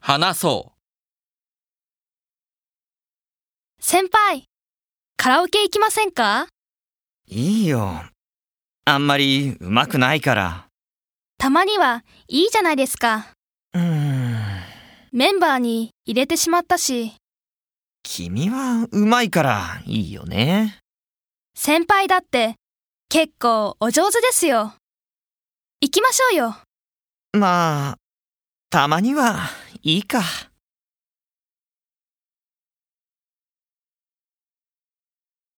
話そ先輩、カラオケ行きませんかいいよ。あんまりうまくないから。たまにはいいじゃないですか。うーん。メンバーに入れてしまったし、君はうまいからいいよね。先輩だって結構お上手ですよ。行きましょうよ。まあ、たまにはいいか。